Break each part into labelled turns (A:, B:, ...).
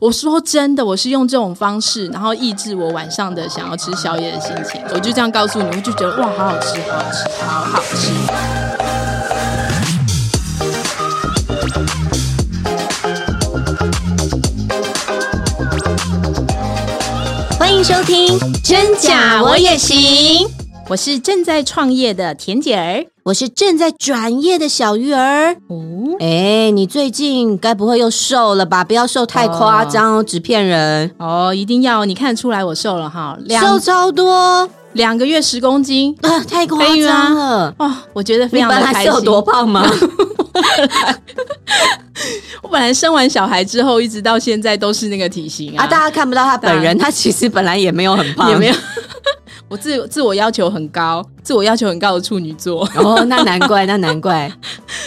A: 我说真的，我是用这种方式，然后抑制我晚上的想要吃宵夜的心情。我就这样告诉你，我就觉得哇，好好吃，好好吃，好好吃。
B: 欢迎收听《真假我也行》，
A: 我是正在创业的田姐儿。
B: 我是正在转业的小鱼儿。
A: 哦，
B: 哎，你最近该不会又瘦了吧？不要瘦太夸张哦，纸片人。
A: 哦，一定要你看得出来我瘦了哈，
B: 瘦
A: 两
B: 超多啊、
A: 两个月十公斤
B: 太夸张了！
A: 哦，我觉得非
B: 你
A: 常
B: 本
A: 的
B: 来
A: 开
B: 是
A: 心。
B: 有多胖 吗？
A: 我本来生完小孩之后，一直到现在都是那个体型啊，
B: 啊，大家看不到他本人，他其实本来啊也没有很胖，
A: 也没有。 我自自我要求很高，自我要求很高的处女座，
B: 哦，那难怪，那难 怪。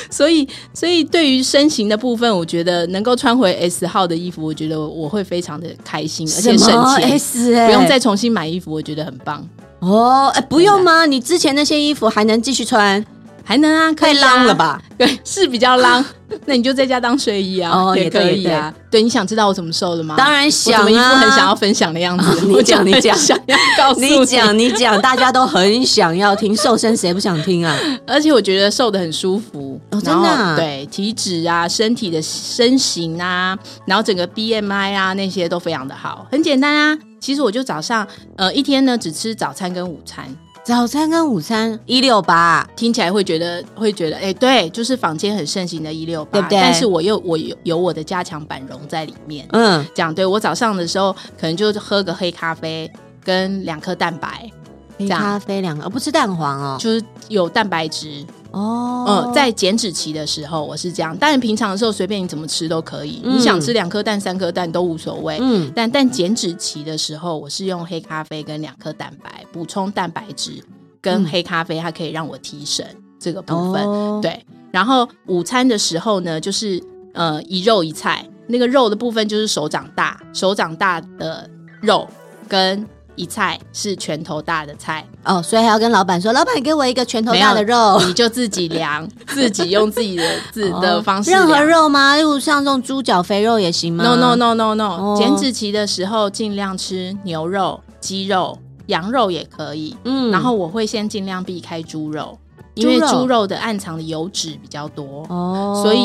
A: 所以所以对于身形的部分，我觉得能够穿回 S 号的衣服，我觉得我会非常的开心，而且省钱，
B: S？、
A: 不用再重新买衣服，我觉得很棒。
B: 哎哦，哎，不用吗？你之前那些衣服还能继续穿？
A: 还能 啊，可
B: 太
A: 以啊
B: 浪了？吧！
A: 对，是比较浪， 那你就在家当睡衣啊，
B: 哦
A: 也
B: 也对
A: 可以啊。对，你想知道我怎么瘦的吗？
B: 当然
A: 我
B: 想
A: 怎
B: 啊，
A: 么一副很想要分享的样子。
B: 你
A: 我
B: 讲
A: 就
B: 你
A: 很
B: 讲
A: 想要告诉
B: 你讲，你讲，大家都很想要听瘦身，谁不想听啊？
A: 而且我觉得瘦的很舒服，然
B: 哦
A: 后
B: 真的啊
A: 对体脂啊、身体的身形啊，然后整个 BMI 啊那些都非常的好，很简单啊。其实我就早上呃一天呢只吃早餐跟午餐，
B: 早餐跟午餐一六八，
A: 听起来会觉得会觉得哎、对，就是坊间很盛行的一六八，
B: 对不对
A: 但是我又我有有我的加强版融在里面。
B: 嗯，
A: 这样对我早上的时候可能就喝个黑咖啡跟两颗蛋白，
B: 黑
A: 样
B: 咖啡两个，哦不吃蛋黄哦。
A: 就是有蛋白质，
B: 哦，
A: 嗯，在减脂期的时候我是这样，但是平常的时候随便你怎么吃都可以，
B: 嗯
A: 你想吃两颗蛋、三颗蛋都无所谓。
B: 嗯，
A: 但但减脂期的时候，我是用黑咖啡跟两颗蛋白补充蛋白质，跟
B: 嗯
A: 黑咖啡它可以让我提神这个部分。
B: 哦，
A: 对，然后午餐的时候呢，就是呃一肉一菜，那个肉的部分就是手掌大，手掌大的肉跟一菜是拳头大的菜，
B: 哦，所以还要跟老板说，老板给我一个拳头大的肉。哦
A: 你就自己量，自己用自己的自的方式、
B: 任何。肉吗？例如像这种猪脚肥肉也行吗
A: No no no no no，、
B: 哦
A: 减脂期的时候尽量吃牛肉、鸡肉、羊肉也可以。
B: 嗯
A: 然后我会先尽量避开猪肉，因为
B: 猪肉
A: 猪肉的暗藏的油脂比较多，
B: 哦，
A: 所以、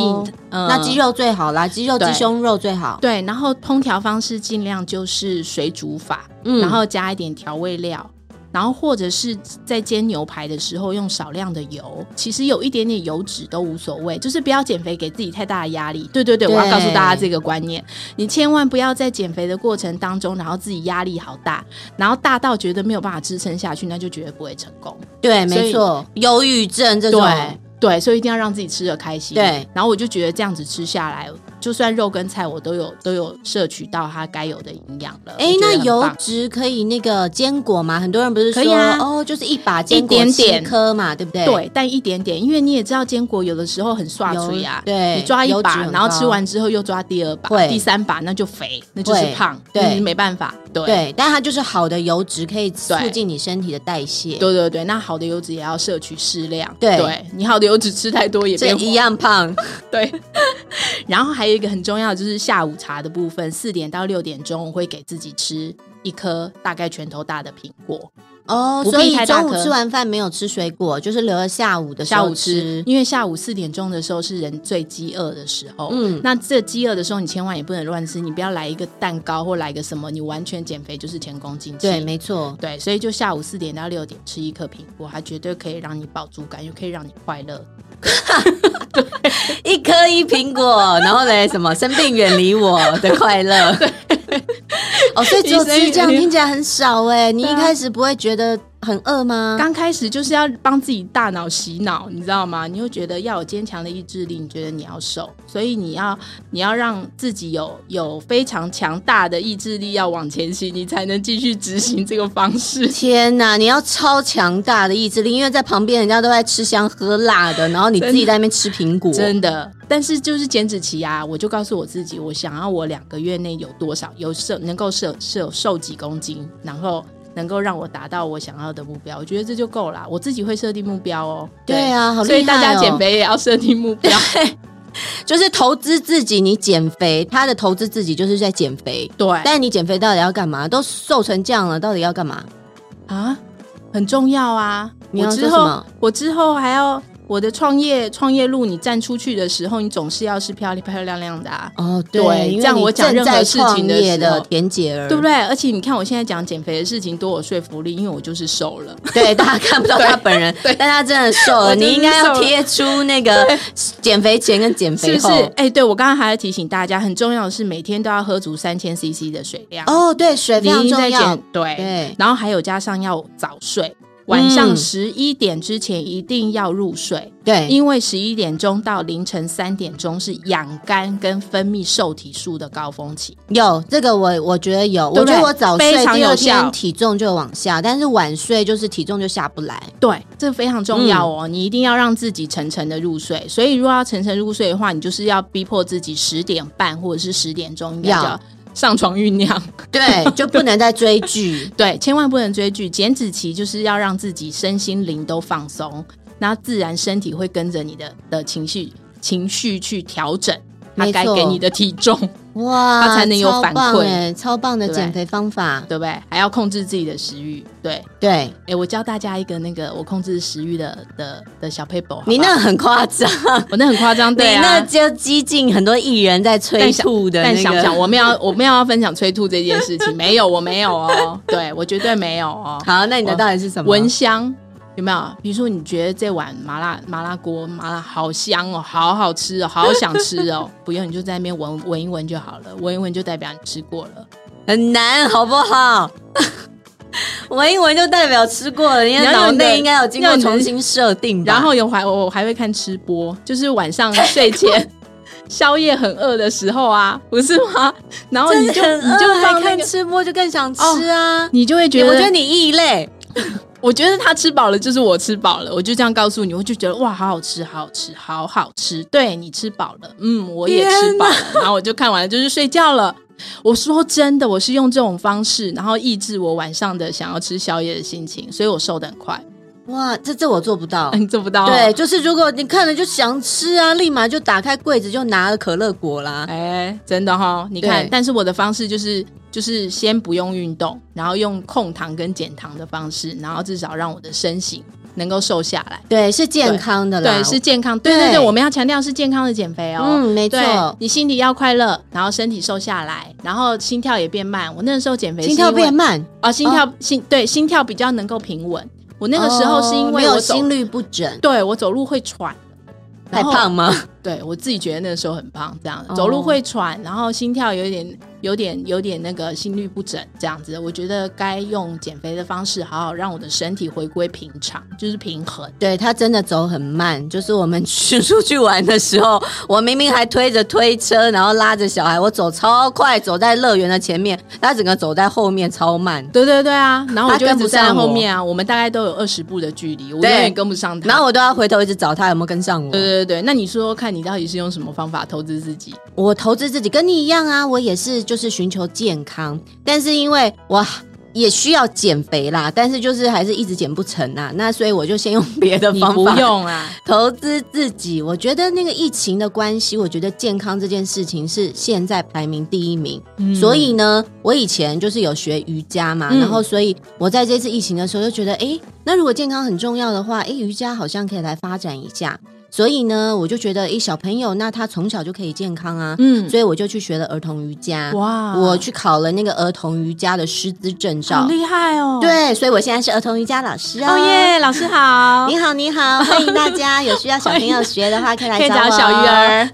A: 呃、
B: 那鸡肉最好啦，鸡肉
A: 对
B: 鸡胸肉最好。
A: 对，然后烹调方式尽量就是水煮法，
B: 嗯
A: 然后加一点调味料，然后或者是在煎牛排的时候用少量的油，其实有一点点油脂都无所谓，就是不要减肥给自己太大的压力。对对对，我要告诉大家这个观念，你千万不要在减肥的过程当中，然后自己压力好大，然后大到觉得没有办法支撑下去，那就绝对不会成功。
B: 嗯对，
A: 所以
B: 没错，忧郁症这种，
A: 对对，所以一定要让自己吃的开心。
B: 对，
A: 然后我就觉得这样子吃下来，就算肉跟菜我都有都有摄取到它该有的营养了。
B: 哎
A: 我觉，得
B: 那
A: 很
B: 油
A: 棒
B: 脂可以那个坚果吗？很多人不是
A: 可以
B: 说
A: 啊
B: 哦，就是一把坚果
A: 一点
B: 七
A: 点
B: 颗嘛，对不对？
A: 对，但一点点，因为你也知道坚果有的时候很刷
B: 油
A: 嘴啊，
B: 对
A: 你抓一
B: 油脂
A: 把，
B: 很
A: 然后吃
B: 高
A: 完之后又抓第二把、
B: 会
A: 第三把，那就肥，那就是
B: 会
A: 胖，
B: 对
A: 那就是没办法，对。
B: 对，但它就是好的油脂，可以促
A: 对
B: 进你身体的代谢。
A: 对对对那好的油脂也要摄取适量。
B: 对
A: 你好的油脂吃太多也
B: 这
A: 变
B: 一
A: 黄
B: 样胖，
A: 对，然后还有一个很重要的就是下午茶的部分，四点到六点钟我会给自己吃一颗大概拳头大的苹果，
B: 哦，
A: 不必
B: 所以
A: 太大
B: 中午
A: 颗
B: 吃完饭没有吃水果，就是留了下午的时
A: 下
B: 候
A: 午吃，因为下午四点钟的时候是人最饥饿的时候。
B: 嗯，
A: 那这饥饿的时候，你千万也不能乱吃，你不要来一个蛋糕或来一个什么，你完全减肥就是前功尽弃。
B: 对，没错，
A: 对，所以就下午四点到六点吃一颗苹果，它绝对可以让你饱足感，又可以让你快乐。
B: 一颗一苹果，然后嘞什么生病远离我的 快乐。哦，所以只有吃这样
A: 医生也
B: 听起来很少哎，你
A: 对
B: 一
A: 啊
B: 开始不会觉得很饿吗？
A: 刚开始就是要帮自己大脑洗脑，你知道吗？你会觉得要有坚强的意志力，你觉得你要瘦，所以你要你要让自己有有非常强大的意志力，要往前行，你才能继续执行这个方式。
B: 天呐，你要超强大的意志力，因为在旁边人家都在吃香喝辣的，然后你自己在那边吃苹果，
A: 真的，但是就是减脂期啊，我就告诉我自己，我想要我两个月内有多少有瘦，能够瘦瘦瘦几公斤，然后能够让我达到我想要的目标，我觉得这就够啦。我自己会设定目标哦。
B: 对啊好厉害哦哦
A: 所以大家减肥也要设定目标。
B: 就是投资自己，你减肥，他的投资自己就是在减肥。
A: 对
B: 但你减肥到底要干嘛？都瘦成这样了，到底要干嘛？
A: 啊，很重要啊！
B: 你要
A: 我
B: 做
A: 之
B: 什
A: 后
B: 么，
A: 我之后还要我的创业创业路，你站出去的时候，你总是要是漂亮漂亮亮的、啊，
B: 哦，
A: 对
B: 对，因为
A: 这样我
B: 你
A: 讲
B: 正
A: 任何
B: 在
A: 事情
B: 创
A: 的
B: 业
A: 时
B: 的
A: 候
B: 田姐儿，
A: 对不对？而且你看我现在讲减肥的事情多有说服力，因为我就是瘦了。
B: 对，大家看不到他本人，
A: 对
B: 但他真的瘦了。
A: 我真的
B: 你
A: 是
B: 应该要贴出那个减肥前跟减
A: 是
B: 肥
A: 不是
B: 后。？
A: 哎、对我刚刚还要提醒大家，很重要的是每天都要喝足三千 CC 的水量。
B: 哦，对，水非
A: 你已经
B: 常重
A: 在
B: 要
A: 减。对，
B: 对
A: 然后还有加上要早睡，晚上
B: 嗯
A: 十一点之前一定要入睡，
B: 对，
A: 因为十一点钟到凌晨三点钟是养肝跟分泌瘦体素的高峰期。
B: 有这个我我觉得有，
A: 对不
B: 我觉
A: 对
B: 得我早睡
A: 非常
B: 第二
A: 有效
B: 天体重就往下，但是晚睡就是体重就下不来。
A: 对，这非常重要
B: 嗯
A: 哦，你一定要让自己沉沉的入睡。所以，如果要沉沉入睡的话，你就是要逼迫自己十点半或者是十点钟应该
B: 要
A: 就要上床酝酿。
B: 对， 就不能再追 剧。
A: 对，千万不能追剧。减脂期就是要让自己身心灵都放松，然后自然身体会跟着你的的情绪情绪去调整它
B: 没
A: 该
B: 错
A: 给你的体重，
B: 哇，
A: 它才能有反馈
B: 超棒哎，超棒的
A: 对
B: 减肥方法。
A: 对不对？还要控制自己的食欲。对，
B: 对
A: 哎，我教大家一个那个我控制食欲的的的小 paper。
B: 你那
A: 好不好
B: 很夸张，
A: 我那很夸张， 对
B: 你
A: 啊。
B: 那就激进很多艺人在催
A: 但想
B: 吐的那
A: 但
B: 个。
A: 想不想，我没有，我没有要分享催吐这件事情，没有，我没有哦，对我绝对没有哦。
B: 好，那你的
A: 我
B: 到底是什么？
A: 闻香有没有？比如说，你觉得这碗麻辣麻辣锅麻辣好香哦，好好吃哦，好想吃 哦，不用你就在那边闻闻一闻就好了，闻一闻就代表你吃过了。
B: 很难，好不好？ 闻一闻就代表吃过了，因为
A: 你要用
B: 脑
A: 你的
B: 内应该有经
A: 要
B: 过
A: 你的
B: 重新设定吧。
A: 然后有还我我还会看吃播，就是晚上睡前。 宵夜很饿的时候啊，不是吗？然后
B: 真
A: 你
B: 的
A: 就
B: 很
A: 你
B: 饿，
A: 就
B: 还
A: 放啊那
B: 看
A: 个，
B: 吃播就更想
A: 哦
B: 吃啊。
A: 你就会觉
B: 你
A: 得，
B: 我觉得你异类，
A: 我觉得他吃饱了就是我吃饱了，我就这样告诉你，我就觉得哇，好好吃，好好吃，好好吃。对你吃饱了，嗯，我也吃饱了，然后我就看完了，就是睡觉了。我说真的，我是用这种方式，然后抑制我晚上的想要吃宵夜的心情，所以我瘦的很快。
B: 哇，这这我做不到。
A: 呃 你做不到、
B: 哦
A: 哦
B: 对，，就是如果你看了就想吃啊，立马就打开柜子就拿了可乐果啦。
A: 哎，真的哈、你看
B: 对，
A: 但是我的方式就是就是先不用运动，然后用控糖跟减糖的方式，然后至少让我的身形能够瘦下来。
B: 对，是健康的啦。
A: 对，是健康。对
B: 对
A: 对对，我们要强调是健康的减肥哦。
B: 嗯，没
A: 对
B: 错，，
A: 你心里要快乐，然后身体瘦下来，然后心跳也变慢。我那时候减肥是
B: 心跳
A: 因为
B: 变慢。
A: 哦，心跳、心对心跳比较能够平稳。我那个时候是因
B: 哦没
A: 为
B: 有
A: 我走，
B: 心律不整，
A: 对我走路会喘，
B: 太
A: 然后
B: 胖吗？
A: 对我自己觉得那个时候很胖，这样
B: 哦
A: 走路会喘，然后心跳有一点、有点、有点那个心律不整，这样子，我觉得该用减肥的方式，好好让我的身体回归平常，就是平衡。
B: 对他真的走很慢，就是我们 去出去玩的时候，我明明还推着推车，然后拉着小孩，我走超快，走在乐园的前面，他整个走在后面超慢。
A: 对对对啊，然后我
B: 他
A: 就一
B: 跟不
A: 直站在
B: 上我
A: 后面啊，我们大概都有二十步的距离，我永
B: 对
A: 远跟不上他。
B: 然后我都要回头一直找他有没有跟上我
A: 对。对对，那你说说看，你到底是用什么方法投资自己？
B: 我投资自己跟你一样啊，我也是就是寻求健康，但是因为我也需要减肥啦，但是就是还是一直减不成啊，那所以我就先用别的
A: 你
B: 方
A: 不
B: 法
A: 用啊，
B: 投资自己，我觉得那个疫情的关系，我觉得健康这件事情是现在排名第一名。所以呢，我以前就是有学瑜伽嘛，
A: 嗯
B: 然后所以我在这次疫情的时候就觉得，诶，那如果健康很重要的话，诶，瑜伽好像可以来发展一下。所以呢，我就觉得，诶，小朋友那他从小就可以健康啊，
A: 嗯，
B: 所以我就去学了儿童瑜伽，
A: 哇，
B: 我去考了那个儿童瑜伽的师资证
A: 好
B: 照。
A: 厉害哦，，
B: 对，啊所以我现在是儿童瑜伽老师啊。
A: 哦耶，老师好，
B: 你好，你好，欢迎大家。有需要小朋友学的话， 可以来
A: 可以
B: 我
A: 找小鱼。儿，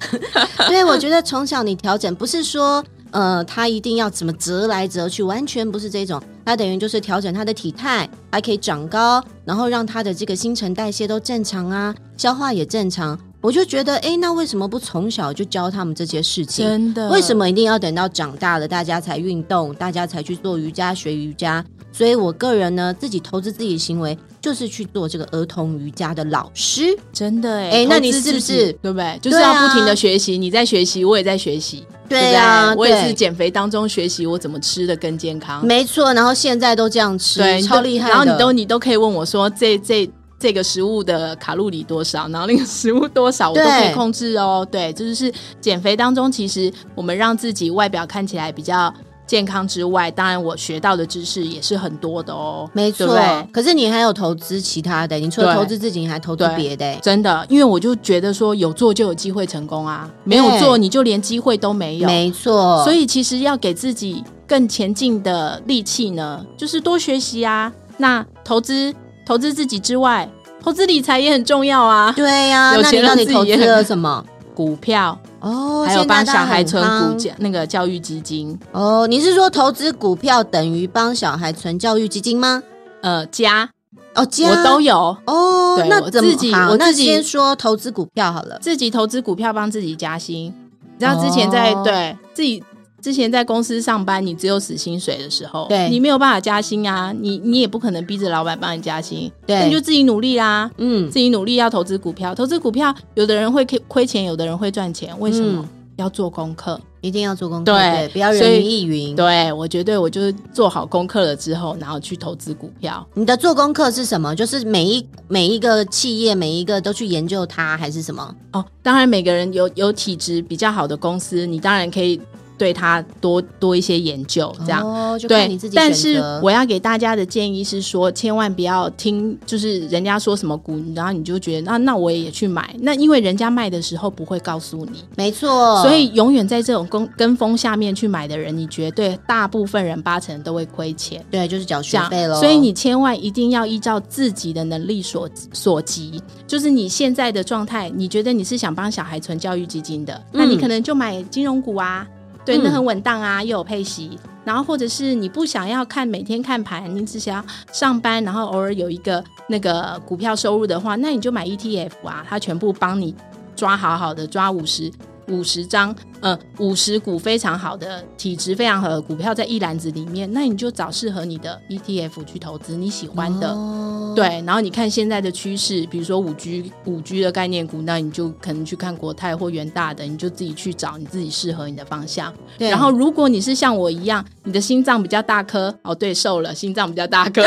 B: 对，我觉得从小你调整，不是说呃，他一定要怎么折来折去，完全不是这种。他等于就是调整他的体态，还可以长高，然后让他的这个新陈代谢都正常啊，消化也正常。我就觉得，哎，那为什么不从小就教他们这些事情？
A: 真的，
B: 为什？么一定要等到长大了大家才运动，大家才去做瑜伽、学瑜伽？所以我个人呢，自己投资自己的行为，就是去做这个儿童瑜伽的老师。
A: 真的哎，
B: 哎那
A: 投资
B: 你是不
A: 自己
B: 是
A: 对不对？就是
B: 对
A: 要
B: 啊
A: 不停的学习，你在学习，我也在学习，不
B: 啊，
A: 我也是
B: 对
A: 减肥当中学习我怎么吃的更健康，
B: 没错。然后现在都这样吃，
A: 对，你都
B: 超厉害的。
A: 然后你都你都可以问我说，这这这个食物的卡路里多少，然后那个食物多少，我都可以
B: 对
A: 控制哦。对，这就是减肥当中，其实我们让自己外表看起来比较健康之外，当然我学到的知识也是很多的哦。
B: 没
A: 对
B: 错
A: 不对。
B: 可是你还有投资其他的，你除
A: 对
B: 了投资自己，你还投资
A: 对
B: 别的欸。
A: 真的，因为我就觉得说有做就有机会成功啊，没有
B: 对
A: 做你就连机会都没有。
B: 没错，
A: 所以其实要给自己更前进的力气呢，就是多学习啊。那投资投资自己之外，投资理财也很重要啊。
B: 对呀、
A: 有
B: 那你
A: 钱
B: 到
A: 人
B: 底
A: 自己
B: 投资
A: 也很
B: 了什 么？
A: 股票
B: 哦，
A: 还有
B: 现在
A: 帮
B: 大
A: 小
B: 家
A: 孩
B: 很
A: 存股
B: 夯
A: 教那个教育基金，
B: 哦，你是说投资股票等于帮小孩存教育基金吗？
A: 呃，加
B: 哦，家
A: 我都有。
B: 哦
A: 对，
B: 那
A: 我
B: 怎么
A: 自己
B: 好
A: 我
B: 那
A: 自己
B: 先说投资股票好了。
A: 自己投资股票帮自己加薪。你知道之前在、
B: 哦
A: 对自己之前在公司上班，你只有死薪水的时候，
B: 对
A: 你没有办法加薪啊，你你也不可能逼着老板帮你加薪，
B: 对
A: 那你就自己努力啦。
B: 嗯，
A: 自己努力要投资股票，投资股票，有的人会亏亏钱，有的人会赚钱，为什么？
B: 嗯
A: 要做功课，
B: 一定要做功课，
A: 对
B: 对，不要
A: 所以
B: 人云亦云。
A: 对我绝对我就是做好功课了之后，然后去投资股票。
B: 你的做功课是什么？就是每一每一个企业，每一个都去研究它，还是什么？
A: 哦，当然每个人有有体质比较好的公司，你当然可以对它多多一些研究，这样。
B: 哦，就看
A: 对
B: 你自，己
A: 但
B: 选
A: 是
B: 择
A: 我要给大家的建议是说，千万不要听，就是人家说什么股，然后你就觉得啊那那我也去买，那因为人家卖的时候不会告诉你，
B: 没错，
A: 所以永远在这种跟跟风下面去买的人，你绝对大部分人八成都会亏钱。
B: 对，就是缴
A: 这
B: 学
A: 样
B: 费喽。
A: 所以你千万一定要依照自己的能力所所及，就是你现在的状态，你觉得你是想帮小孩存教育基金的，那你可能就买金融股啊，对，那
B: 嗯
A: 很稳当啊，又有配息。然后或者是你不想要看每天看盘，你只想要上班，然后偶尔有一个那个股票收入的话，那你就买 ETF 啊，它全部帮你抓好好的，抓五十五十张，呃，五十股非常好的体质非常好的股票在一篮子里面，那你就找适合你的 ETF 去投资，你喜欢的。
B: 哦
A: 对，然后你看现在的趋势，比如说五 G 五 G 的概念股，那你就可能去看国泰或元大的，你就自己去找你自己适合你的方向。
B: 对，
A: 然后，如果你是像我一样，你的心脏比较大颗，哦，对，瘦了，心脏比较大颗，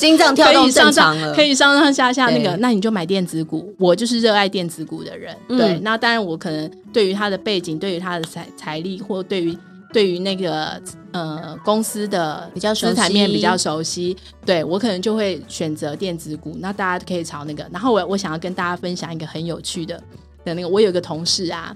B: 心脏跳
A: 可
B: 动
A: 以上
B: 正
A: 上
B: 常了，
A: 可以上上下下那个
B: 对，
A: 那你就买电子股。我就是热爱电子股的人，
B: 嗯
A: 对。那当然，我可能对于他的背景、对于他的财财力，或对于对于那个呃公司的
B: 比较熟
A: 资产面
B: 悉
A: 比较熟悉，对我可能就会选择电子股。那大家可以朝那个。然后我我想要跟大家分享一个很有趣的的那个，我有一个同事啊，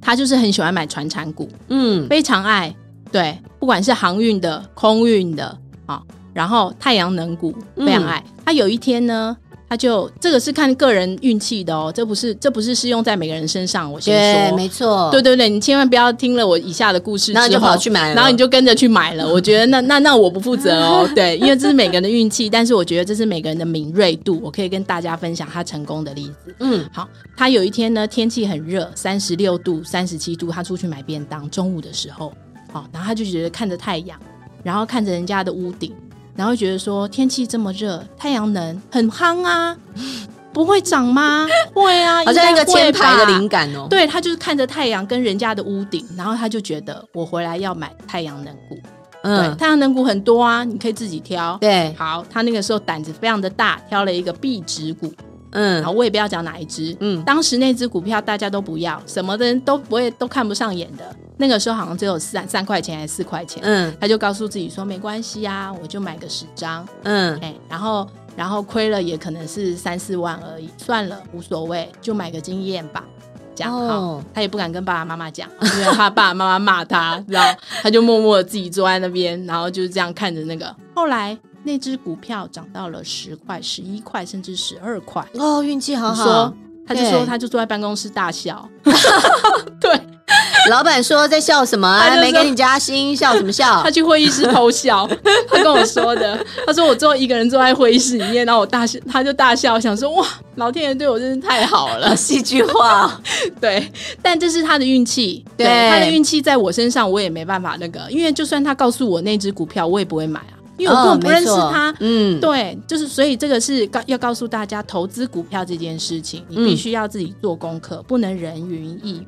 A: 他就是很喜欢买传产股。
B: 嗯，
A: 非常爱，对，不管是航运的、空运的啊、然后太阳能股
B: 嗯
A: 非常爱。他有一天呢，他就这个是看个人运气的哦，这不是这不是适用在每个人身上。我先
B: 对，
A: 说，
B: 没错，
A: 对对对，你千万不要听了我以下的故事之后，
B: 然后你就跑去买了，嗯
A: 然后你就跟着去买了。我觉得那那那我不负责 哦，对，因为这是每个人的运气，但是我觉得这是每个人的敏锐度，我可以跟大家分享他成功的例子。
B: 嗯，
A: 好，他有一天呢，天气很热，三十六度、三十七度，他出去买便当，中午的时候，好、然后他就觉得看着太阳，然后看着人家的屋顶，然后觉得说天气这么热，太阳能很夯啊， 不会涨 吗？会啊，
B: 好像一
A: 应该
B: 个
A: 会
B: 千排的
A: 吧
B: 灵感哦，
A: 对他就是看着太阳跟人家的屋顶，然后他就觉得我回来要买太阳能股，对，
B: 嗯，
A: 太阳能股很多啊，你可以自己挑。
B: 对，
A: 好，他那个时候胆子非常的大，挑了一个壁纸股，然后
B: 嗯
A: 我也不要讲哪一只，
B: 嗯，
A: 当时那只股票大家都不要，什么的人都不会都看不上眼的。那个时候好像只有三三块钱还是四块钱，
B: 嗯
A: 他就告诉自己说没关系啊，我就买个十张，
B: 嗯，
A: 哎，然后然后亏了也可能是三四万而已，算了，无所谓，就买个经验吧。这样
B: 哦
A: 好，他也不敢跟爸爸妈妈讲，因为怕爸爸妈妈骂他，知道？他就默默的自己坐在那边，然后就是这样看着那个。后来那只股票涨到了十块、十一块，甚至十二块。
B: 哦，运气好
A: 你说
B: 好。，
A: 他就说
B: 对
A: 他就坐在办公室大笑， 对
B: 老板说在笑什么
A: 他就
B: 啊？
A: 说
B: 没给你加薪，笑什么 笑
A: 他？去会议室偷笑，他跟我说的，他说我最后一个人坐在会议室里面，然后我大笑，他就大笑，想说哇，老天爷对我真是太好了
B: 好，戏剧化哦，
A: 对，但这是他的运气，
B: 对
A: 他的运气在我身上我也没办法那个，因为就算他告诉我那只股票，我也不会买啊，因为我根本不认识
B: 哦
A: 他，
B: 没错嗯，
A: 对，就是所以这个是告要告诉大家，投资股票这件事情，你必
B: 嗯
A: 须要自己做功课，不能人云亦云。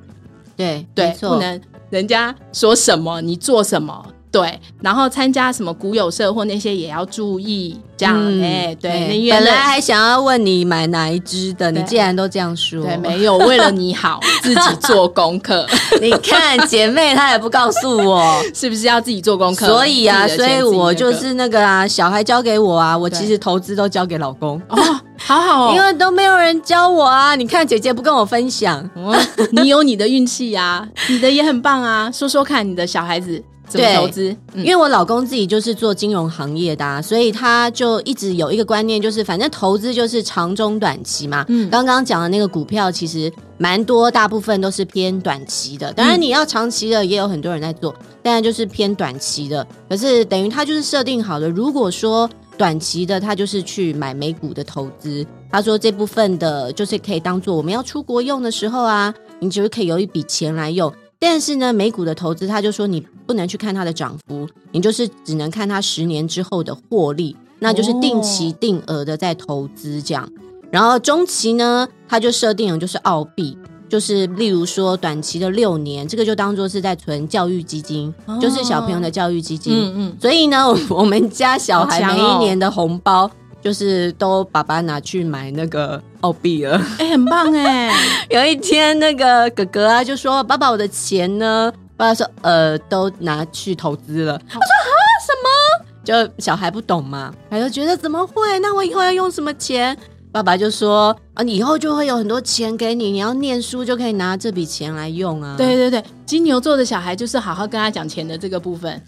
B: 对
A: 对
B: 没，错
A: 不能人家说什么你做什么，对，然后参加什么股友社或那些也要注意，这样哎、
B: 嗯
A: 对，
B: 哎
A: 那因为
B: 本来
A: 那
B: 还想要问你买哪一支的，你
A: 对
B: 既然都这样说，
A: 对没有为了你好自己做功课，
B: 你看姐妹她也不告诉我，
A: 是 不是要自己做功课？
B: 所以啊，
A: 自己的
B: 所
A: 钱
B: 以我就
A: 自己
B: 是那个啊，小孩交给我啊，我
A: 对
B: 其实投资都交给老公，
A: 那个哦，好好哦，
B: 因为都没有人教我啊。你看姐姐不跟我分享，
A: 哦，你有你的运气呀，你的也很棒啊。说说看，你的小孩子怎么
B: 对
A: 投资？嗯
B: 因为我老公自己就是做金融行业的、啊，所以他就一直有一个观念，就是反正投资就是长中短期嘛。
A: 嗯
B: 刚刚讲的那个股票其实蛮多，大部分都是偏短期的。当
A: 嗯
B: 然你要长期的也有很多人在做，当然就是偏短期的。可是等于他就是设定好了，如果说短期的，他就是去买美股的投资。他说这部分的就是可以当做我们要出国用的时候啊，你就是可以有一笔钱来用。但是呢，美股的投资，他就说你不能去看它的涨幅，你就是只能看它十年之后的获利，那就是定期
A: 哦
B: 定额的在投资这样。然后中期呢，它就设定了就是澳币，就是例如说短期的六年，这个就当做是在存教育基金，就是小朋友的教育基金。
A: 哦嗯嗯，
B: 所以呢，我我们家小孩
A: 好强
B: 每
A: 哦
B: 一年的红包。就是都爸爸拿去买那个澳币了。
A: 哎、很棒
B: 嗯
A: 哎、
B: 有一天，那个哥哥啊就说：“爸爸，我的钱呢？”爸爸说：“呃，都拿去投资了。”我说：“啊，什么？”就小孩不懂嘛，他就觉得怎么会？那我以后要用什么钱？爸爸就说：“啊，你以后就会有很多钱给你，你要念书就可以拿这笔钱来用啊。”
A: 对对对，金牛座的小孩就是好好跟他讲钱的这个部分。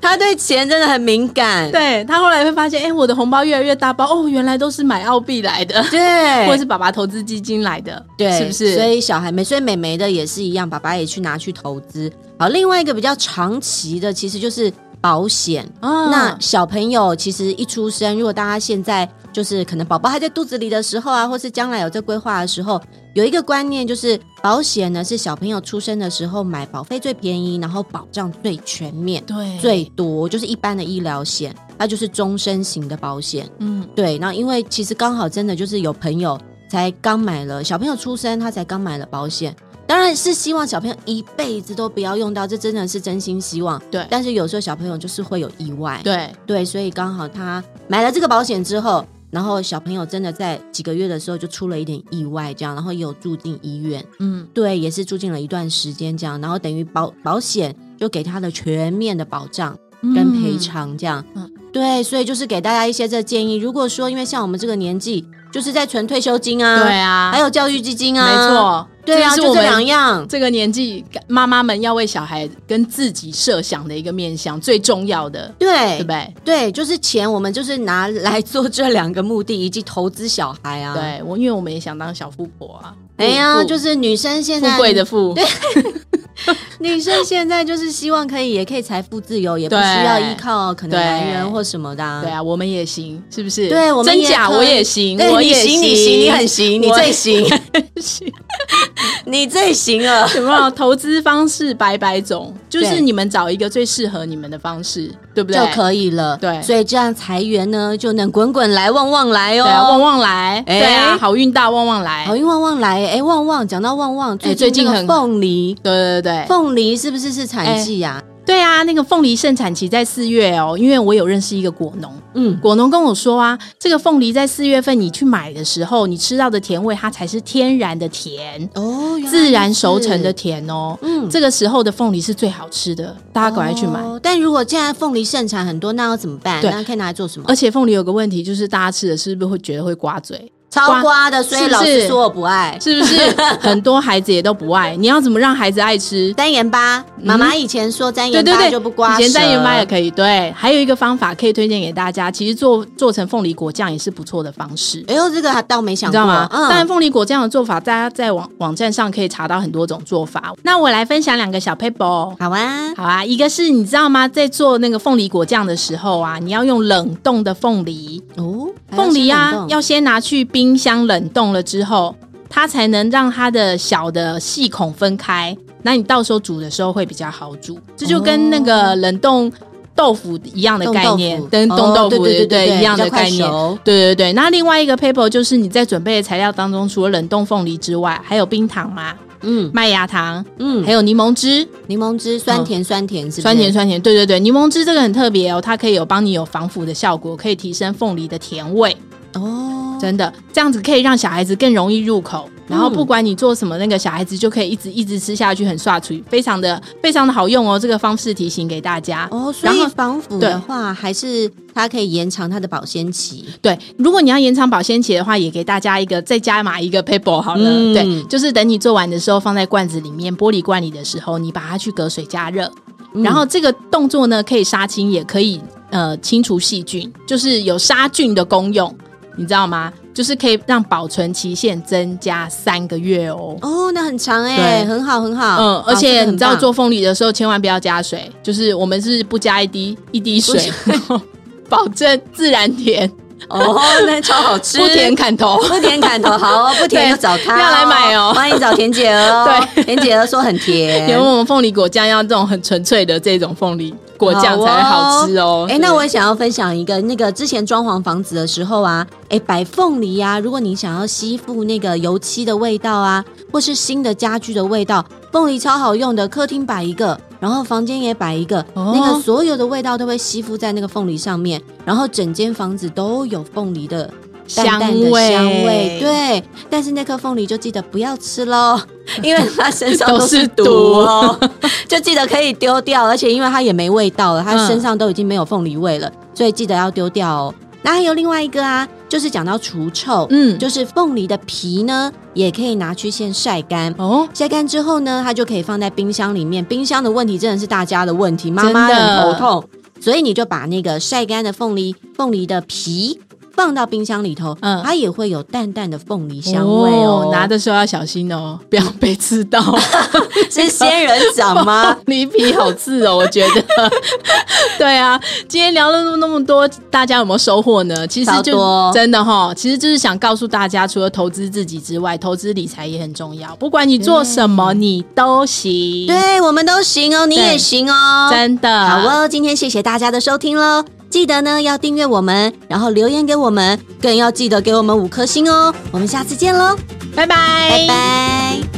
B: 他对钱真的很敏感。
A: 对他后来会发现，哎、我的红包越来越大包哦，原来都是买澳币来的，
B: 对，
A: 或者是爸爸投资基金来的，
B: 对，
A: 是不是？
B: 所以小孩没，所以美眉的也是一样，爸爸也去拿去投资。好，另外一个比较长期的其实就是保险。
A: 啊
B: 那小朋友其实一出生，如果大家现在就是可能宝宝还在肚子里的时候啊，或是将来有这规划的时候，有一个观念就是保险呢是小朋友出生的时候买保费最便宜，然后保障最全面、
A: 对
B: 最多，就是一般的医疗险，它就是终身型的保险。
A: 嗯
B: 对，那因为其实刚好真的就是有朋友才刚买了小朋友出生，他才刚买了保险，当然是希望小朋友一辈子都不要用到，这真的是真心希望。
A: 对
B: 但是有时候小朋友就是会有意外，
A: 对
B: 对，所以刚好他买了这个保险之后，然后小朋友真的在几个月的时候就出了一点意外，这样，然后也有住进医院，
A: 嗯
B: 对，也是住进了一段时间这样，然后等于保保险就给他的全面的保障。跟赔偿这样。
A: 嗯
B: 对，所以就是给大家一些这建议。如果说因为像我们这个年纪，就是在存退休金
A: 嗯
B: 啊，
A: 对啊，
B: 还有教育基金啊，
A: 没，错，
B: 对啊，
A: 这
B: 就是
A: 我
B: 这
A: 们
B: 两样。
A: 这个年纪，妈妈们要为小孩跟自己设想的一个面向最重要的，对
B: 对
A: 不对？
B: 对，就是钱，我们就是拿来做这两个目的，以及投资小孩啊。，
A: 对我，因为我们也想当小富婆啊，
B: 哎呀，
A: 富
B: 就是女生现在
A: 富贵的富，
B: 啊女生现在就是希望可以，也可以财富自由，也不
A: 对
B: 需要依靠可能
A: 对
B: 男人或什么的、啊
A: 对。啊，我们也行，是不是？
B: 对我们
A: 真
B: 也
A: 假
B: 可以
A: 我也行，
B: 对
A: 我
B: 你
A: 也
B: 行，你行，你很行，你
A: 我
B: 最行，
A: 行。
B: 你最行了。
A: 有没有投资方式百百种？就是
B: 对
A: 你们找一个最适合你们的方式，对不对？
B: 就可以了。
A: 对
B: 所以这样财源呢就能滚滚来，旺旺来哦。
A: 对啊，旺旺来，
B: 哎
A: 对啊，好运大旺旺来，
B: 好
A: 对
B: 运旺旺来，哎，旺旺，讲到旺旺，最
A: 最近
B: 那个
A: 很
B: 凤梨，
A: 对对对。
B: 凤梨是不是是产季呀？
A: 对啊，那个凤梨盛产期在四月哦，因为我有认识一个果农，
B: 嗯，
A: 果农跟我说啊，这个凤梨在四月份你去买的时候，你吃到的甜味它才是天然的甜，
B: 哦，原来
A: 自然熟成的
B: 是，
A: 甜哦。
B: 嗯，
A: 这个时候的凤梨是最好吃的，大家赶快去买。
B: 哦。但如果现在凤梨盛产很多，那要怎么办？
A: 对
B: 那可以拿来做什么
A: 而？且凤梨有个问题，就是大家吃了是不是会觉得会刮嘴？
B: 超瓜的，所以
A: 是不
B: 老
A: 是
B: 师说我不爱。
A: 是不是很多孩子也都不 爱？你要怎么让孩子爱吃？
B: 单盐巴，妈妈以前说单
A: 对
B: 盐
A: 嗯对
B: 巴
A: 对，
B: 就不刮舌，
A: 以前单元巴也可以。对，还有一个方法可以推荐给大家，其实做做成凤梨果酱也是不错的方式。
B: 哎呦，这个还倒没想
A: 你知
B: 过，
A: 道吗？当然，
B: 嗯，
A: 凤梨果酱的做法，大家在网网站上可以查到很多种做法。那我来分享两个小 paper 哦。
B: 好啊，
A: 好啊，一个是你知道吗？在做那个凤梨果酱的时候啊，你要用冷冻的凤梨，
B: 哦，还要
A: 凤梨
B: 先
A: 啊
B: 冷，冻
A: 要先拿去冰箱冷冻了之后，它才能让它的小的细孔分开。那你到时候煮的时候会比较好煮，这就跟那个冷冻豆腐一样的概念，
B: 冻豆腐
A: 跟冻豆腐、
B: 哦对对对对对
A: 一样的概
B: 比
A: 念
B: 较快熟。
A: 对对对，那另外一个 paper 就是你在准备的材料当中，除了冷冻凤梨之外，还有冰糖嘛，
B: 嗯
A: 麦芽糖，
B: 嗯，
A: 还有柠檬汁，
B: 柠檬汁酸甜酸甜是
A: 哦
B: 不是
A: 酸甜酸甜，对对对，柠檬汁这个很特别哦，它可以有帮你有防腐的效果，可以提升凤梨的甜味，
B: 哦，
A: 真的，这样子可以让小孩子更容易入口。然
B: 嗯
A: 后不管你做什么，那个小孩子就可以一直一直吃下去，很刷嘴，非常的非常的好用哦。这个方式提醒给大家。
B: 哦，所
A: 然
B: 以
A: 后
B: 防腐
A: 对
B: 的话，还是它可以延长它的保鲜期。
A: 对，如果你要延长保鲜期的话，也给大家一个再加码一个 paper 好了。
B: 嗯
A: 对，就是等你做完的时候，放在罐子里面玻璃罐里的时候，你把它去隔水加热，
B: 嗯
A: 然后这个动作呢，可以杀青，也可以呃清除细菌，就是有杀菌的功用，你知道吗？就是可以让保存期限增加三个月哦。
B: 哦，那很长哎、
A: 对
B: 很好很好。
A: 嗯，而且你知道
B: 做
A: 做凤梨的时候千万不要加水，就是我们是不加一滴一滴 水，保证自然甜，
B: 哦，那超好吃，
A: 不甜砍头。
B: 不甜砍头好哦，不甜
A: 对
B: 就找他、
A: 要来买哦
B: 欢迎找田姐儿 哦。对，田姐儿说很甜。
A: 因为我们凤梨果酱要这种很纯粹的这种凤梨果酱才会好吃哦。
B: 哎、那我也想要分享一个，那个之前装潢房子的时候啊，哎、摆凤梨啊，如果你想要吸附那个油漆的味道啊，或是新的家具的味道，凤梨超好用的。客厅摆一个，然后房间也摆一个，
A: 哦
B: 那个所有的味道都会吸附在那个凤梨上面，然后整间房子都有凤梨的。淡淡的香
A: 味，
B: 味，，对，但是那颗凤梨就记得不要吃喽，因为它身上
A: 都
B: 都
A: 是
B: 是
A: 毒
B: 毒哦，就记得可以丢掉，而且因为它也没味道了，它身上都已经没有凤梨味了，所以记得要丢掉哦。那还有另外一个啊，就是讲到除臭，
A: 嗯，
B: 就是凤梨的皮呢，也可以拿去先晒干。
A: 哦，
B: 晒干之后呢，它就可以放在冰箱里面。冰箱的问题真的是大家的问题，妈
A: 真的
B: 妈很头痛，所以你就把那个晒干的凤梨凤梨的皮放到冰箱里头，
A: 嗯
B: 它也会有淡淡的凤梨香味哦。
A: 拿的时候要小心哦，不要被刺到。
B: 是仙人掌 吗？
A: 梨皮好刺哦，我觉得。 对啊，今天聊了那么那么多，大家有没有收获呢？其实
B: 超
A: 就
B: 多
A: 真的哈，其实就是想告诉大家，除了投资自己之外，投资理财也很重要。不管你做什么，你都行。，
B: 嗯对，我们都行哦，你
A: 对
B: 也行哦。
A: 真的。
B: 好哦，今天谢谢大家的收听喽。记得呢要订阅我们，然后留言给我们，更要记得给我们五颗星哦。我们下次见喽，
A: 拜拜，
B: 拜拜。